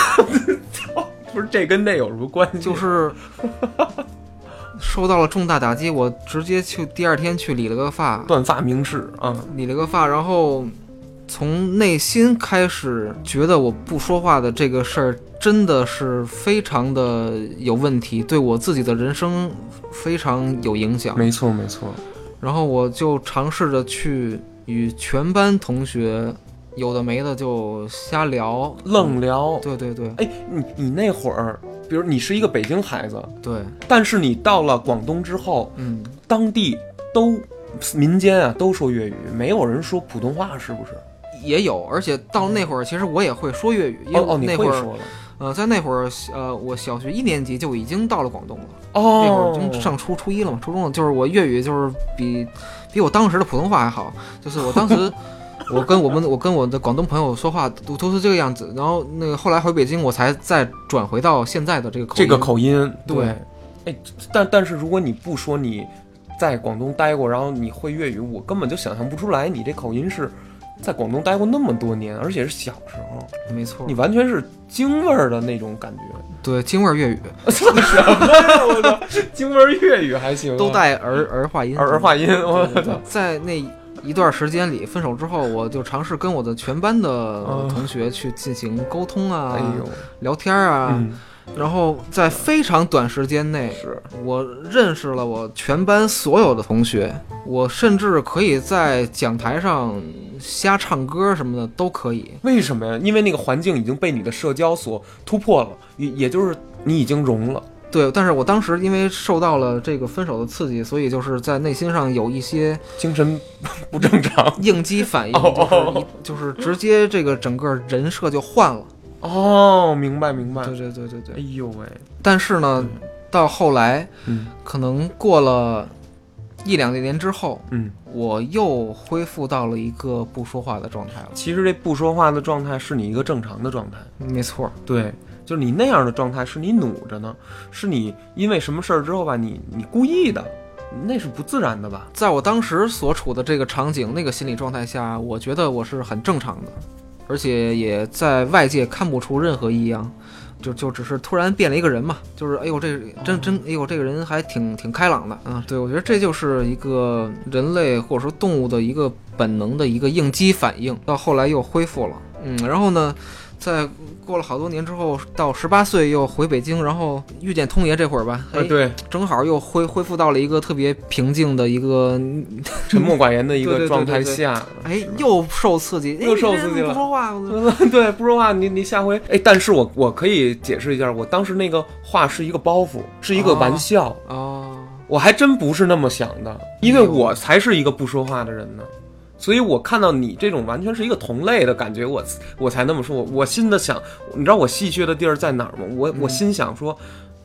S1: 不是这跟那有什么关系？
S2: 就是受到了重大打击，我直接去第二天去理了个发，
S1: 断发明志啊，
S2: 理了个发，然后从内心开始觉得我不说话的这个事儿真的是非常的有问题，对我自己的人生非常有影响。
S1: 没错没错，
S2: 然后我就尝试着去与全班同学有的没的就瞎聊，
S1: 愣聊。
S2: 对对对
S1: 哎，你你那会儿，比如你是一个北京孩子，
S2: 对，
S1: 但是你到了广东之后，
S2: 嗯，
S1: 当地都民间啊都说粤语，没有人说普通话，是不是？
S2: 也有，而且到那会儿其实我也会说粤语，因
S1: 嗯哦哦，
S2: 为
S1: 你
S2: 那
S1: 会
S2: 会儿、
S1: 说了。
S2: 呃，在那会儿呃，我小学一年级就已经到了广东了。那会
S1: 哦
S2: 儿，就上初初一了嘛，初中了，就是我粤语就是比比我当时的普通话还好，就是我
S1: *laughs*
S2: 当时我跟我们我跟我的广东朋友说话都都是这个样子，然后那个后来回北京，我才再转回到现在的这个口
S1: 这个
S2: 音
S1: 口音，
S2: 对
S1: 对。哎，但但是如果你不说你在广东待过，然后你会粤语，我根本就想象不出来你这口音是在广东待过那么多年，而且是小时候，
S2: 没错
S1: 你，完全是京味儿的那种感觉。
S2: 对京味儿粤语
S1: 什么呀？我操，京味儿粤语还行啊、
S2: 都带儿儿化音，
S1: 儿儿化音，我
S2: 对对对
S1: 操，
S2: *laughs* 在那。一段时间里，分手之后，我就尝试跟我的全班的
S1: 嗯
S2: 同学去进行沟通啊、
S1: 哎呦，
S2: 聊天啊，
S1: 嗯，
S2: 然后在非常短时间内，
S1: 是
S2: 我认识了我全班所有的同学，我甚至可以在讲台上瞎唱歌什么的都可以。
S1: 为什么呀？因为那个环境已经被你的社交所突破了，也也就是你已经融了。
S2: 对，但是我当时因为受到了这个分手的刺激，所以就是在内心上有一些
S1: 精神不正常
S2: 应激反应，
S1: 哦
S2: 就是一就是直接这个整个人设就换了。
S1: *laughs* 哦，明白明白。
S2: 对对对对
S1: 哎
S2: 对。嗯
S1: 呦喂，
S2: 但是呢，到后来
S1: 嗯
S2: 可能过了一两年之后，
S1: 嗯，
S2: 我又恢复到了一个不说话的状态了。
S1: 其实这不说话的状态是你一个正常的状态，
S2: 没错儿，
S1: 对，就是你那样的状态是你努着呢，是你因为什么事儿之后吧，你你故意的，那是不自然的吧？
S2: 在我当时所处的这个场景、那个心理状态下，我觉得我是很正常的，而且也在外界看不出任何异样，就就只是突然变了一个人嘛，就是哎呦这真真哎呦这个人还挺挺开朗的啊，对我觉得这就是一个人类或者说动物的一个本能的一个应激反应，到后来又恢复了，嗯，然后呢，在过了好多年之后，到十八岁又回北京，然后遇见通爷这会儿吧，哎
S1: 哎，对，
S2: 正好又恢恢复到了一个特别平静的一个，
S1: 沉默寡言的一 *laughs*
S2: 对
S1: 个
S2: 对对
S1: 状态
S2: 对对
S1: 下，
S2: 哎
S1: 是吧，
S2: 又受刺激，哎
S1: 又受刺激
S2: 你这人
S1: 了
S2: 不说话，我
S1: *laughs* 对，不说话，你你下回哎，但是我我可以解释一下，我当时那个话是一个包袱，是一个
S2: 哦
S1: 玩笑，
S2: 哦，
S1: 我还真不是那么想的，因
S2: 哎
S1: 为我才是一个不说话的人呢，所以我看到你这种完全是一个同类的感觉，我我才那么说。我我心的想，你知道我戏谑的地儿在哪儿吗？我
S2: 嗯
S1: 我心想说，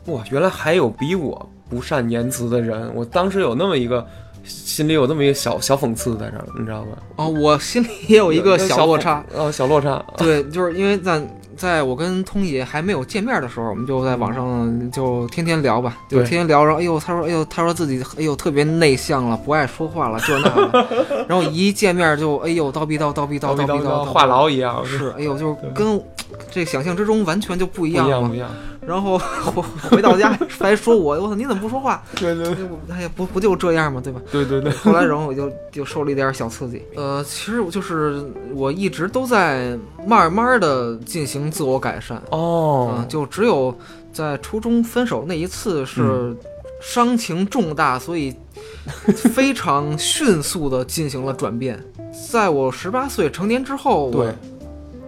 S1: 哇，原来还有比我不善言辞的人。我当时有那么一个心里有那么一个小小讽刺在这儿，你知道吧？
S2: 哦，我心里也有一个小落差，
S1: 有，有小讽呃，小落差，
S2: 对，就是因为在在我跟通爷还没有见面的时候，我们就在网上就天天聊吧，就
S1: 对
S2: 天天聊，然后哎呦，他说哎呦，他说自己哎呦特别内向了，不爱说话了，这那了，然后一见面就哎呦叨逼叨叨逼叨
S1: 叨逼
S2: 叨逼
S1: 叨
S2: 叨，
S1: 话痨一样，
S2: 是哎呦，就是跟这想象之中完全就不
S1: 不
S2: 一
S1: 一
S2: 样
S1: 样
S2: 了
S1: 不。一样，
S2: 然后回回到家还说我，我操，你怎么不说话？
S1: 对对
S2: 哎我哎呀，不不就这样嘛，对吧？
S1: *laughs* 对对对，
S2: 后来，然后我就 *laughs* 就受了一点小刺激。呃，其实我就是我一直都在慢慢的进行自我改善，嗯、
S1: 哦，
S2: 就
S1: 嗯
S2: 只有在初中分手那一次是伤情重大，所以非常迅速的进行了转变。 *laughs* 在我十八岁成年之后，我
S1: 对，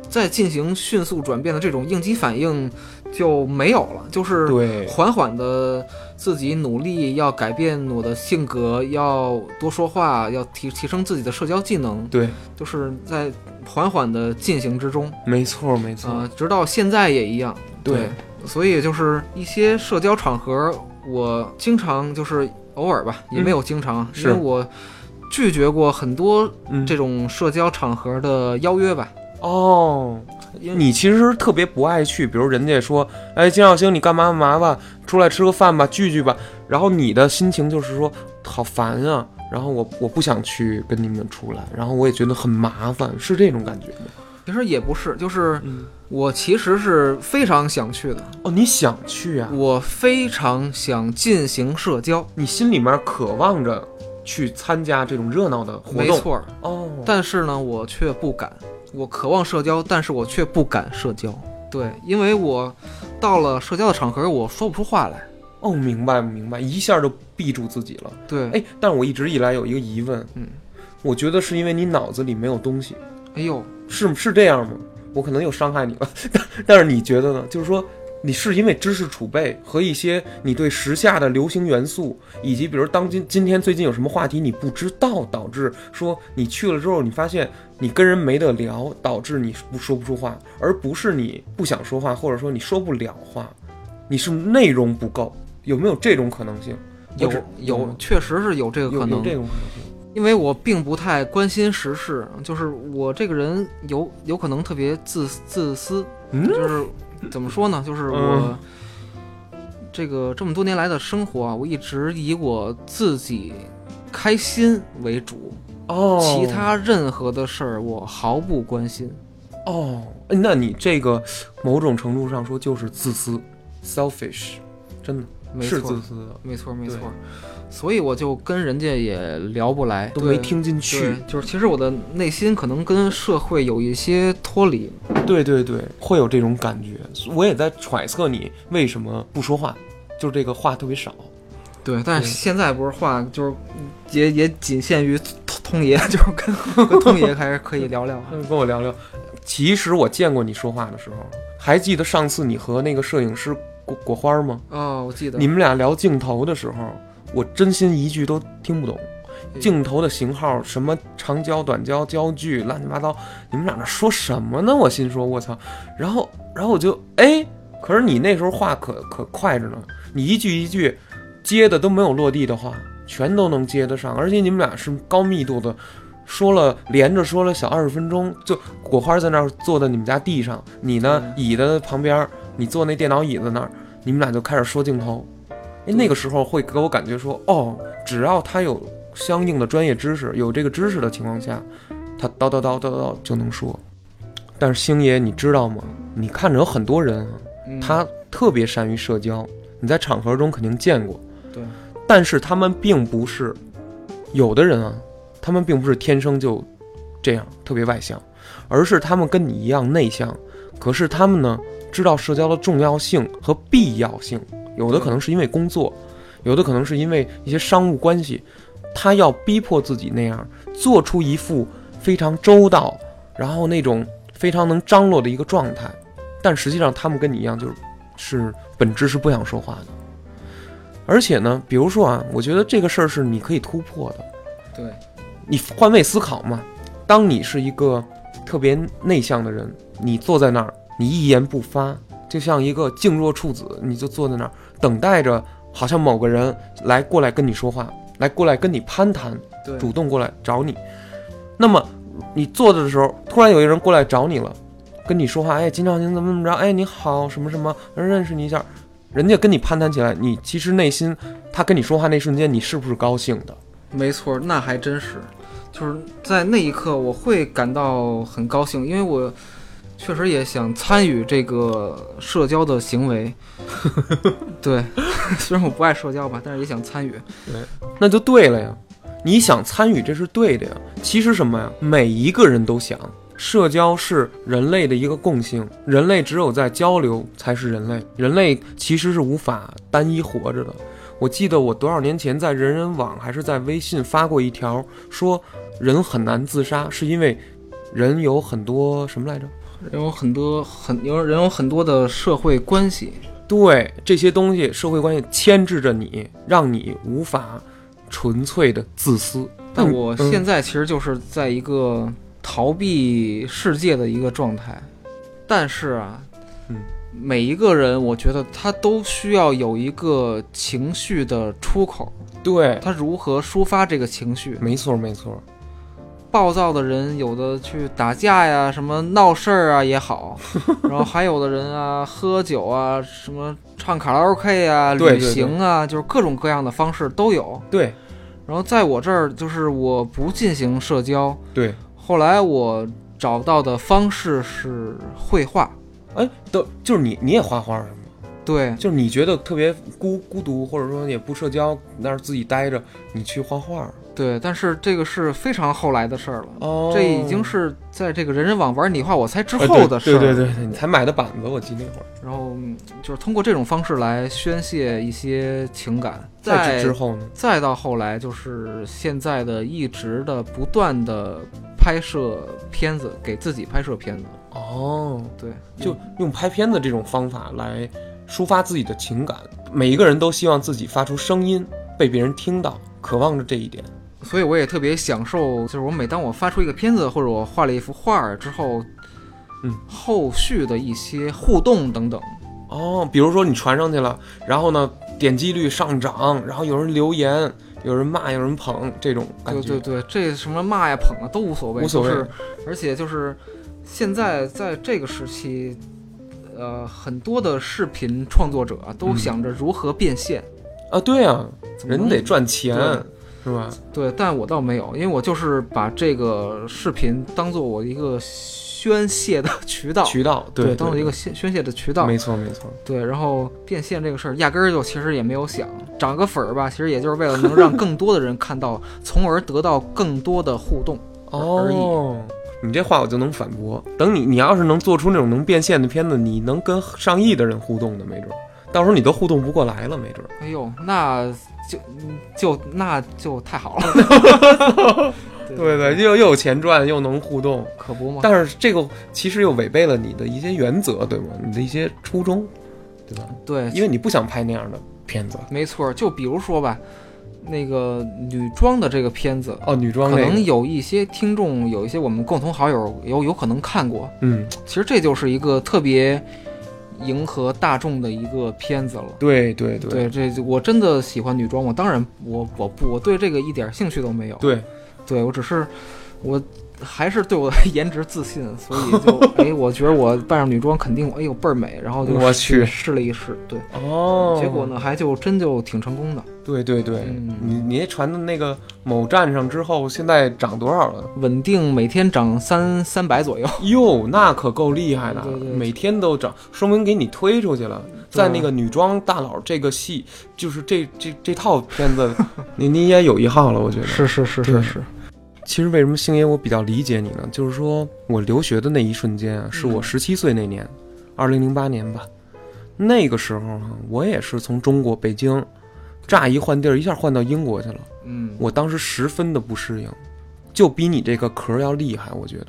S2: 再进行迅速转变的这种应激反应就没有了，就是
S1: 对
S2: 缓缓的自己努力要改变我的性格，要多说话，要提提升自己的社交技能，
S1: 对，
S2: 就是在缓缓的进行之中
S1: 没错没错，
S2: 啊、直到现在也一样。
S1: 对，
S2: 所以就是一些社交场合，我经常就是偶尔吧，也没有经常，因为
S1: 嗯是
S2: 我拒绝过很多
S1: 嗯，
S2: 这种社交场合的邀约吧。
S1: 哦，你其实特别不爱去，比如人家说，哎，金耀星，你干嘛干嘛吧，出来吃个饭吧，聚聚吧，然后你的心情就是说，好烦啊，然后我我不想去跟你们出来，然后我也觉得很麻烦，是这种感觉吗？
S2: 其实也不是，就是
S1: 嗯，
S2: 我其实是非常想去的，
S1: 哦，你想去啊，
S2: 我非常想进行社交，
S1: 你心里面渴望着去参加这种热闹的活
S2: 没
S1: 动，
S2: 错儿。
S1: 哦，
S2: 但是呢，我却不敢，我渴望社交，但是我却不敢社交。对，因为我到了社交的场合，我说不出话来。
S1: 哦，明白明白，一下就逼住自己了。
S2: 对，
S1: 哎，但是我一直以来有一个疑问，
S2: 嗯，
S1: 我觉得是因为你脑子里没有东西。
S2: 哎呦，
S1: 是是这样吗？我可能又伤害你了， *laughs* 但是你觉得呢？就是说，你是因为知识储备和一些你对时下的流行元素，以及比如当今今天最近有什么话题你不知道，导致说你去了之后，你发现你跟人没得聊，导致你不说不出话，而不是你不想说话，或者说你说不了话，你是内容不够，有没有这种可能性？
S2: 有
S1: 我只嗯
S2: 有，确实是有这个
S1: 有有
S2: 可能，
S1: 这种可能性？
S2: 因为我并不太关心时事，就是我这个人有有可能特别自自私，
S1: 嗯，
S2: 就是怎么说呢，就是我
S1: 嗯
S2: 这个这么多年来的生活啊，我一直以我自己开心为主，
S1: 哦，
S2: 其他任何的事儿我毫不关心。
S1: 哦，那你这个某种程度上说就是自私，selfish，真的
S2: 没
S1: 是
S2: 错
S1: 自，私的，
S2: 没错，没
S1: 对
S2: 错。所以我就跟人家也聊不来，
S1: 都没
S2: 对
S1: 听进
S2: 对
S1: 去。，
S2: 就是其实我的内心可能跟社会有一些脱离，
S1: 对对对，会有这种感觉。我也在揣测你为什么不说话，就是这个话特别少。
S2: 对，但是
S1: 对
S2: 现在不是话，就是也也仅限于通通爷， *laughs* 就是
S1: *laughs*
S2: 跟跟通爷还是可以聊聊啊。
S1: 嗯，跟我聊聊。其实我见过你说话的时候，还记得上次你和那个摄影师果果花吗？
S2: 哦，我记得
S1: 你们俩聊镜头的时候，我真心一句都听不懂。
S2: 嗯
S1: 镜头的型号，什么长焦、短焦、焦距，乱七八糟，你们俩那说什么呢？我心说，我操！然后，然后我就哎，可是你那时候话可可快着呢，你一句一句接的都没有落地的话，全都能接得上，而且你们俩是高密度的。说了连着说了小二十分钟，就果花在那儿坐在你们家地上，你呢
S2: 嗯
S1: 椅子旁边，你坐那电脑椅子那儿，你们俩就开始说镜头。哎，那个时候会给我感觉说，哦，只要他有相应的专业知识，有这个知识的情况下，他叨叨叨叨叨就能说。但是星爷，你知道吗？你看着有很多人啊，
S2: 嗯
S1: 他特别善于社交，你在场合中肯定见过。
S2: 对，
S1: 但是他们并不是，有的人啊，他们并不是天生就这样特别外向，而是他们跟你一样内向，可是他们呢，知道社交的重要性和必要性。有的
S2: 对
S1: 可能是因为工作，有的可能是因为一些商务关系，他要逼迫自己那样做出一副非常周到，然后那种非常能张罗的一个状态。但实际上，他们跟你一样，就是是本质是不想说话的。而且呢，比如说啊，我觉得这个事儿是你可以突破的。
S2: 对，
S1: 你换位思考嘛，当你是一个特别内向的人，你坐在那儿，你一言不发，就像一个静若处子，你就坐在那儿等待着，好像某个人来过来跟你说话，来过来跟你攀谈，
S2: 对
S1: 主动过来找你。那么你坐着的时候，突然有一个人过来找你了，跟你说话，哎，金兆您怎么怎么着，哎，你好，什么什么，认识你一下，人家跟你攀谈起来，你其实内心他跟你说话那瞬间，你是不是高兴的？
S2: 没错，那还真是，就是在那一刻我会感到很高兴，因为我确实也想参与这个社交的行
S1: *laughs*
S2: 为。对， *laughs* 虽然我不爱社交吧，但是也想参与。
S1: 那就对了呀。你想参与，这是对的呀。其实什么呀，每一个人都想，社交是人类的一个共性，人类只有在交流才是人类，人类其实是无法单一活着的。我记得我多少年前在人人网还是在微信发过一条，说人很难自杀，是因为人有很多什么来着？
S2: 人有很多很有人有很多的社会关系，
S1: 对这些东西，社会关系牵制着你，让你无法纯粹的自私。
S2: 但我
S1: 嗯
S2: 现在其实就是在一个逃避世界的一个状态，但是啊，
S1: 嗯，
S2: 每一个人，我觉得他都需要有一个情绪的出口，
S1: 对，
S2: 他如何抒发这个情绪？
S1: 没错没错，
S2: 暴躁的人，有的去打架呀，什么闹事儿啊
S1: *laughs*
S2: 也好，然后还有的人啊，喝酒啊，什么唱卡拉 OK 啊，
S1: 对对
S2: 旅行啊，就是各种各样的方式都有。
S1: 对
S2: 然后在我这儿，就是我不进行社交，
S1: 对。
S2: 后来我找到的方式是绘画。
S1: 哎，都就是你你也画画是吗？
S2: 对，
S1: 就是你觉得特别孤孤独，或者说也不社交，那儿自己待着，你去画画儿。
S2: 对，但是这个是非常后来的事儿了，
S1: 哦
S2: 这已经是在这个人人网玩你画我猜之
S1: 呃
S2: 后的事儿、
S1: 对对对对，你才买的板子，我记那会儿。
S2: 然后嗯就是通过这种方式来宣泄一些情感，
S1: 在
S2: 再
S1: 这之后呢？
S2: 再到后来就是现在的一直的不断的拍摄片子，给自己拍摄片子，
S1: 哦，
S2: 对，
S1: 就用拍片子这种方法来抒发自己的情感。每一个人都希望自己发出声音被别人听到，渴望着这一点。
S2: 所以我也特别享受，就是我每当我发出一个片子或者我画了一幅画儿之后，
S1: 嗯，
S2: 后续的一些互动等等，
S1: 哦，比如说你传上去了，然后呢，点击率上涨，然后有人留言，有人骂，有人捧，这种感
S2: 对
S1: 觉。
S2: 对对，这什么骂呀捧啊都无所谓，
S1: 无所谓
S2: 就是而且就是现在在这个时期，呃，很多的视频创作者啊都
S1: 嗯
S2: 想着如何变现，
S1: 啊，对啊，
S2: 怎么
S1: 人
S2: 能
S1: 得赚钱是
S2: 对，
S1: 吧？
S2: 对，但我倒没有，因为我就是把这个视频当做我一个宣泄的渠道，
S1: 渠道
S2: 对，
S1: 对，
S2: 当做一个宣宣泄的渠道，
S1: 没错没错，
S2: 对，然后变现这个事儿，压根儿就其实也没有想涨个粉儿吧，其实也就是为了能让更多的人看到，从而得到更多的互动。而已
S1: 哦。你这话我就能反驳。等你，你要是能做出那种能变现的片子，你能跟上亿的人互动的，没准儿，到时候你都互动不过来了，没准儿。
S2: 哎呦，那就就那就太好了。
S1: 对对，又又有钱赚，又能互动，
S2: 可不嘛。
S1: 但是这个其实又违背了你的一些原则，对吗？你的一些初衷，对吧？
S2: 对，
S1: 因为你不想拍那样的片子。
S2: 没错儿。就比如说吧，那个女装的这个片子，
S1: 哦，女
S2: 可
S1: 装那
S2: 能
S1: 个，
S2: 有一些听众，有一些我们共同好友有有可能看过。
S1: 嗯，
S2: 其实这就是一个特别迎合大众的一个片子了。
S1: 对对对
S2: 对，这我真的喜欢女装，我当然我我不我对这个一点兴趣都没有。
S1: 对，
S2: 对我只是我还是对我的 *laughs* 颜值自信，所以
S1: *laughs*
S2: 就哎，我觉得我扮上女装肯定哎呦倍儿美，然后就
S1: 我去
S2: 试了一试，对，
S1: 哦，
S2: 结果呢还就真就挺成功的，
S1: 对对对，
S2: 嗯
S1: 你你那传到那个某站上之后，现在涨多少了？
S2: 稳定每天涨三三百左右。
S1: 哟，那可够厉害的，
S2: 对对对
S1: 每天都涨，说明给你推出去了。在那个女装大佬这个戏，就是这这这套片
S2: *laughs*
S1: 子，你你也有一号了，我觉得。
S2: 是是是
S1: 对
S2: 是是，
S1: 其实为什么星爷我比较理解你呢？就是说我留学的那一瞬间啊，是我十七岁那年，二零零八年吧。那个时候啊，我也是从中国北京，乍一换地儿，一下换到英国去了。
S2: 嗯，
S1: 我当时十分的不适应，就比你这个壳儿要厉害，我觉得。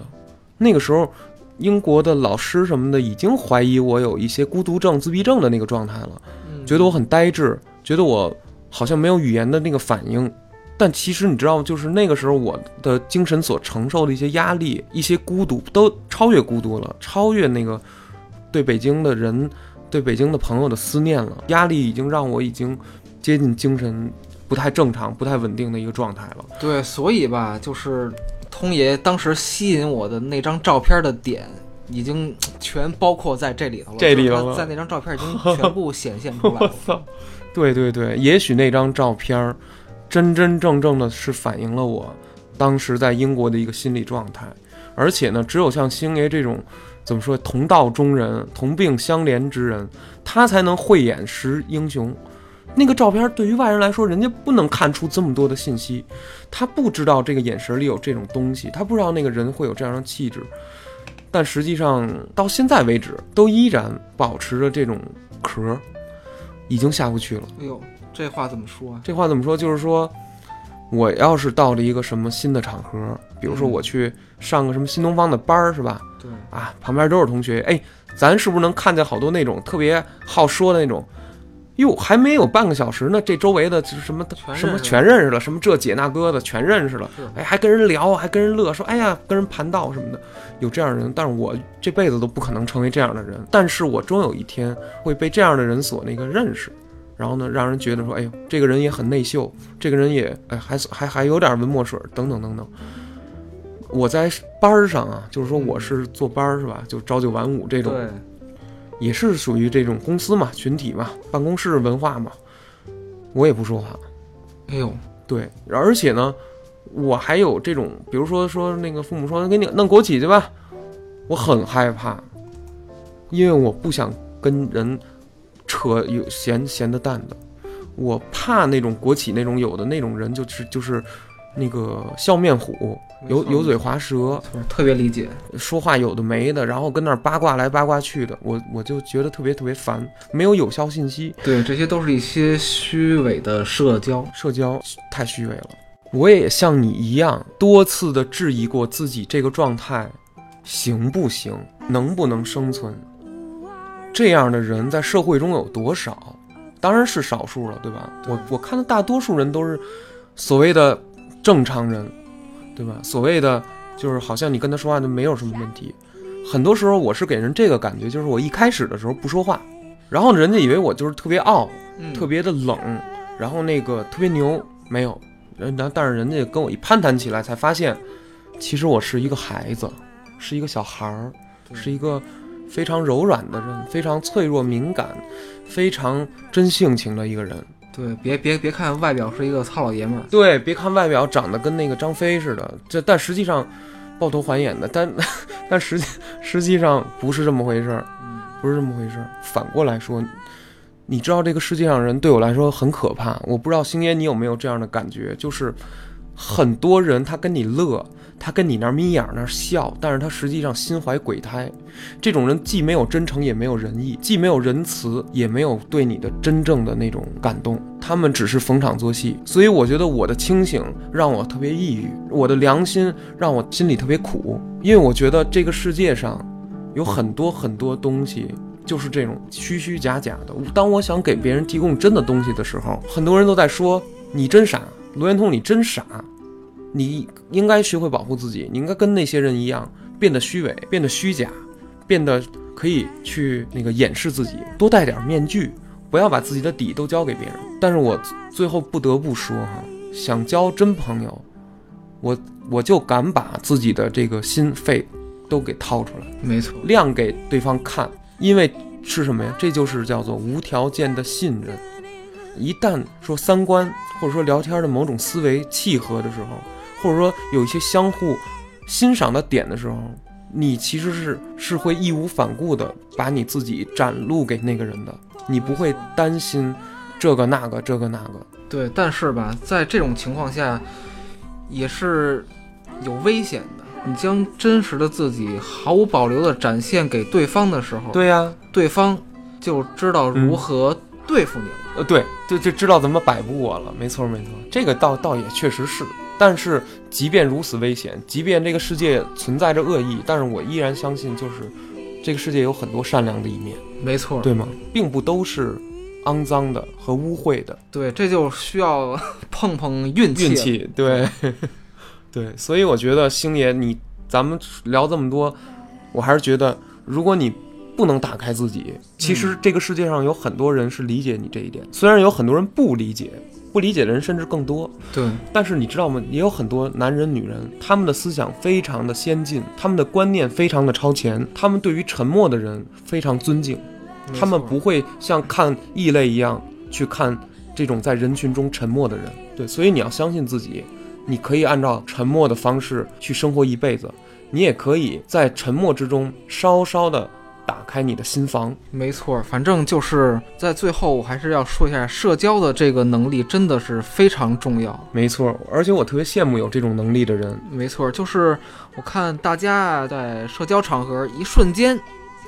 S1: 那个时候，英国的老师什么的已经怀疑我有一些孤独症、自闭症的那个状态了，
S2: 嗯
S1: 觉得我很呆滞，觉得我好像没有语言的那个反应。但其实你知道，就是那个时候我的精神所承受的一些压力、一些孤独，都超越孤独了，超越那个对北京的人、对北京的朋友的思念了。压力已经让我已经接近精神不太正常、不太稳定的一个状态了。
S2: 对，所以吧，就是通爷当时吸引我的那张照片的点，已经全包括在这里头了。
S1: 这里头
S2: 就是
S1: 了
S2: 他在那张照片已 *laughs* 经全部显现出来 *laughs* 了。
S1: 对对对，也许那张照片儿真真正正的是反映了我当时在英国的一个心理状态，而且呢，只有像星爷这种怎么说同道中人、同病相怜之人，他才能慧眼识英雄。那个照片对于外人来说，人家不能看出这么多的信息，他不知道这个眼神里有这种东西，他不知道那个人会有这样的气质，但实际上到现在为止，都依然保持着这种壳儿，已经下不去了。
S2: 哎呦，这话怎么说啊？
S1: 这话怎么说？就是说，我要是到了一个什么新的场合，比如说
S2: 嗯
S1: 我去上个什么新东方的班儿，是吧？
S2: 对，
S1: 啊，旁边都是同学，哎，咱是不是能看见好多那种特别好说的那种？哟，还没有半个小时呢，这周围的就是什么
S2: 全认识
S1: 什么
S2: 了
S1: 全认识了，什么这姐那哥的全认识了
S2: 是，
S1: 哎，还跟人聊，还跟人乐，说哎呀，跟人盘道什么的，有这样的人，但是我这辈子都不可能成为这样的人，但是我终有一天会被这样的人所那个认识，然后呢，让人觉得说，哎呦，这个人也很内秀，这个人也哎还还还有点文墨水儿，等等等等。我在班儿上啊，就是说我是坐班儿是吧？就朝九晚五这种，
S2: 对，
S1: 也是属于这种公司嘛、群体嘛、办公室文化嘛，我也不说话。
S2: 哎呦，
S1: 对，而且呢，我还有这种，比如说说那个父母说给你弄枸杞去吧，我很害怕，因为我不想跟人扯有闲闲的淡的，我怕那种枸杞那种有的那种人就是就是那个笑面虎，油
S2: 没错
S1: 油嘴，滑舌，
S2: 特别理解，
S1: 说话有的没的，然后跟那儿八卦来八卦去的，我我就觉得特别特别烦，没有有效信息，
S2: 对，这些都是一些虚伪的社交，
S1: 社交太虚伪了。我也像你一样，多次的质疑过自己这个状态行不行，能不能生存。这样的人在社会中有多少？当然是少数了，对吧？我我看的大多数人都是所谓的正常人，对吧？所谓的就是好像你跟他说话就没有什么问题。很多时候我是给人这个感觉，就是我一开始的时候不说话，然后人家以为我就是特别傲，
S2: 嗯
S1: 特别的冷，然后那个特别牛，没有，人但但是人家跟我一攀谈起来，才发现，其实我是一个孩子，是一个小孩儿，
S2: 对
S1: 是一个非常柔软的人，非常脆弱敏感，非常真性情的一个人。
S2: 对，别别别看外表是一个糙老爷们儿，
S1: 对，别看外表长得跟那个张飞似的，这但实际上抱头还眼的，但 *laughs* 但实际实际上不是这么回事儿，
S2: 嗯，
S1: 不是这么回事儿。反过来说，你知道这个世界上人对我来说很可怕。我不知道星爷你有没有这样的感觉，就是很多人他跟你乐，他跟你那儿眯眼儿那儿笑，但是他实际上心怀鬼胎。这种人既没有真诚，也没有仁义，既没有仁慈，也没有对你的真正的那种感动。他们只是逢场作戏。所以我觉得我的清醒让我特别抑郁，我的良心让我心里特别苦，因为我觉得这个世界上。有很多很多东西就是这种虚虚假假的。当我想给别人提供真的东西的时候，很多人都在说你真傻，罗圆通你真傻，你应该学会保护自己，你应该跟那些人一样，变得虚伪，变得虚假，变得可以去那个掩饰自己，多戴点面具，不要把自己的底都交给别人。但是我最后不得不说哈，想交真朋友，我我就敢把自己的这个心肺都给掏出来。
S2: 没错，
S1: 亮给对方看，因为是什么呀？这就是叫做无条件的信任。一旦说三观或者说聊天的某种思维契合的时候，或者说有一些相互欣赏的点的时候，你其实是是会义无反顾的把你自己展露给那个人的，你不会担心这个那个这个那个。
S2: 对，但是吧，在这种情况下，也是有危险的。你将真实的自己毫无保留地展现给对方的时候，
S1: 对呀、
S2: 对方就知道如
S1: 嗯
S2: 何对付你了。
S1: 呃，对，就就知道怎么摆布我了，没错没错，这个倒倒也确实是。但是即便如此危险，即便这个世界存在着恶意，但是我依然相信，就是这个世界有很多善良的一面，
S2: 没错，
S1: 对吗？并不都是肮脏的和污秽的
S2: 对，这就需要 *laughs* 碰碰运气了。
S1: 运气，对 *laughs* 对。所以我觉得星爷，你咱们聊这么多，我还是觉得，如果你不能打开自己，其实这个世界上有很多人是理解你这一点，虽然有很多人不理解，不理解的人甚至更多。
S2: 对，
S1: 但是你知道吗？也有很多男人、女人，他们的思想非常的先进，他们的观念非常的超前，他们对于沉默的人非常尊敬，
S2: 没
S1: 他们
S2: 错
S1: 不会像看异类一样去看这种在人群中沉默的人。对，所以你要相信自己，你可以按照沉默的方式去生活一辈子，你也可以在沉默之中稍稍的打开你的心房。
S2: 没错，反正就是在最后，我还是要说一下，社交的这个能力真的是非常重要。
S1: 没错，而且我特别羡慕有这种能力的人。
S2: 没错，就是我看大家啊在社交场合，一瞬间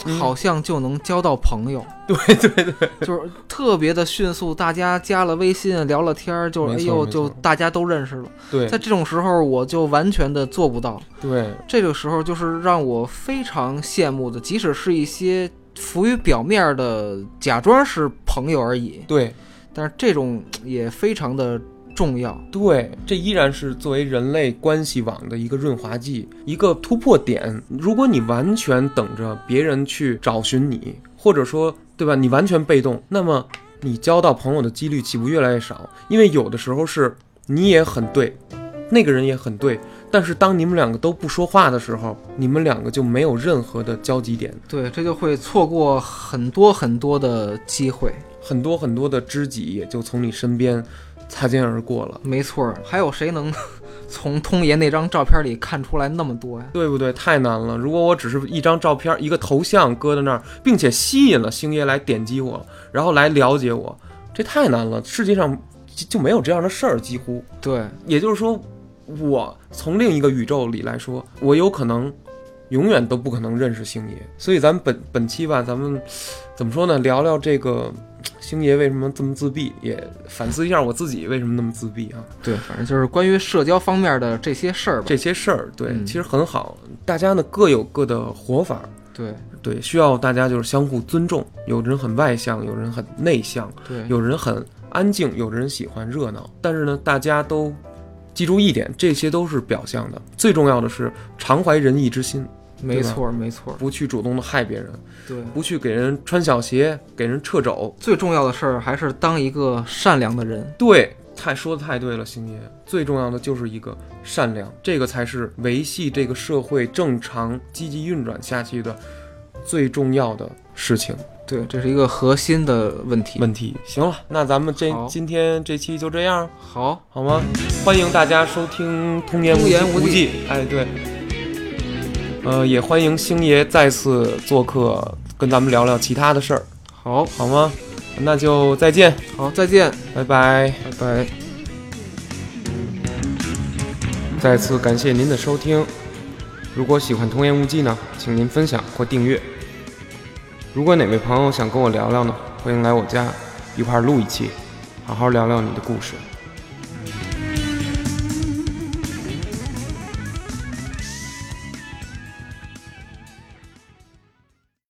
S1: 嗯
S2: 好像就能交到朋友，
S1: *laughs* 对对对，
S2: 就是特别的迅速，大家加了微信聊了天儿，就是哎
S1: 没错没
S2: 呦，
S1: 错
S2: 就大家都认识了。
S1: 对
S2: 在这种时候，我就完全的做不到。
S1: 对，
S2: 这个时候就是让我非常羡慕的，即使是一些浮于表面的假装是朋友而已，
S1: 对
S2: 但是这种也非常的重要。
S1: 对，这依然是作为人类关系网的一个润滑剂，一个突破点。如果你完全等着别人去找寻你，或者说对吧，你完全被动，那么你交到朋友的几率岂不越来越少？因为有的时候是你也很对，那个人也很对，但是当你们两个都不说话的时候，你们两个就没有任何的交集点。
S2: 对，这就会错过很多很多的机会。
S1: 很多很多的知己也就从你身边擦肩而过了，
S2: 没错儿，还有谁能 *laughs* 从通爷那张照片里看出来那么多呀？
S1: 对不对？太难了。如果我只是一张照片、一个头像搁在那儿，并且吸引了星爷来点击我，然后来了解我，这太难了。世界上就就没有这样的事儿，几乎。
S2: 对，
S1: 也就是说，我从另一个宇宙里来说，我有可能永远都不可能认识星爷。所以咱们本本期吧，咱们怎么说呢？聊聊这个星爷为什么这么自闭，也反思一下我自己为什么那么自闭啊。
S2: 对，反正就是关于社交方面的这些事儿吧。
S1: 这些事儿，对，
S2: 嗯
S1: 其实很好。大家呢各有各的活法儿，
S2: 对
S1: 对，需要大家就是相互尊重。有人很外向，有人很内向，
S2: 对，
S1: 有人很安静，有人喜欢热闹。但是呢，大家都记住一点，这些都是表象的。最重要的是常怀仁义之心，
S2: 没错儿没错儿。
S1: 不去主动的害别人，
S2: 对，
S1: 不去给人穿小鞋，给人掣肘。
S2: 最重要的事儿还是当一个善良的人。
S1: 对，太说的太对了，星爷。最重要的就是一个善良，这个才是维系这个社会正常积极运转下去的最重要的事情
S2: 对，这是一个核心的问题。
S1: 问题。行了，那咱们这
S2: 好
S1: 今天这期就这样，
S2: 好，
S1: 好吗？欢迎大家收听《童言
S2: 童言
S1: 无
S2: 无忌
S1: 忌》。哎，对，呃，也欢迎星爷再次做客，跟咱们聊聊其他的事儿，
S2: 好，
S1: 好吗？那就再见，
S2: 好，再见，
S1: 拜拜。
S2: 拜拜。
S1: 再次感谢您的收听。如果喜欢《童言无忌》呢，请您分享或订阅。如果哪位朋友想跟我聊聊呢，欢迎来我家一块儿录一期，好好聊聊你的故事。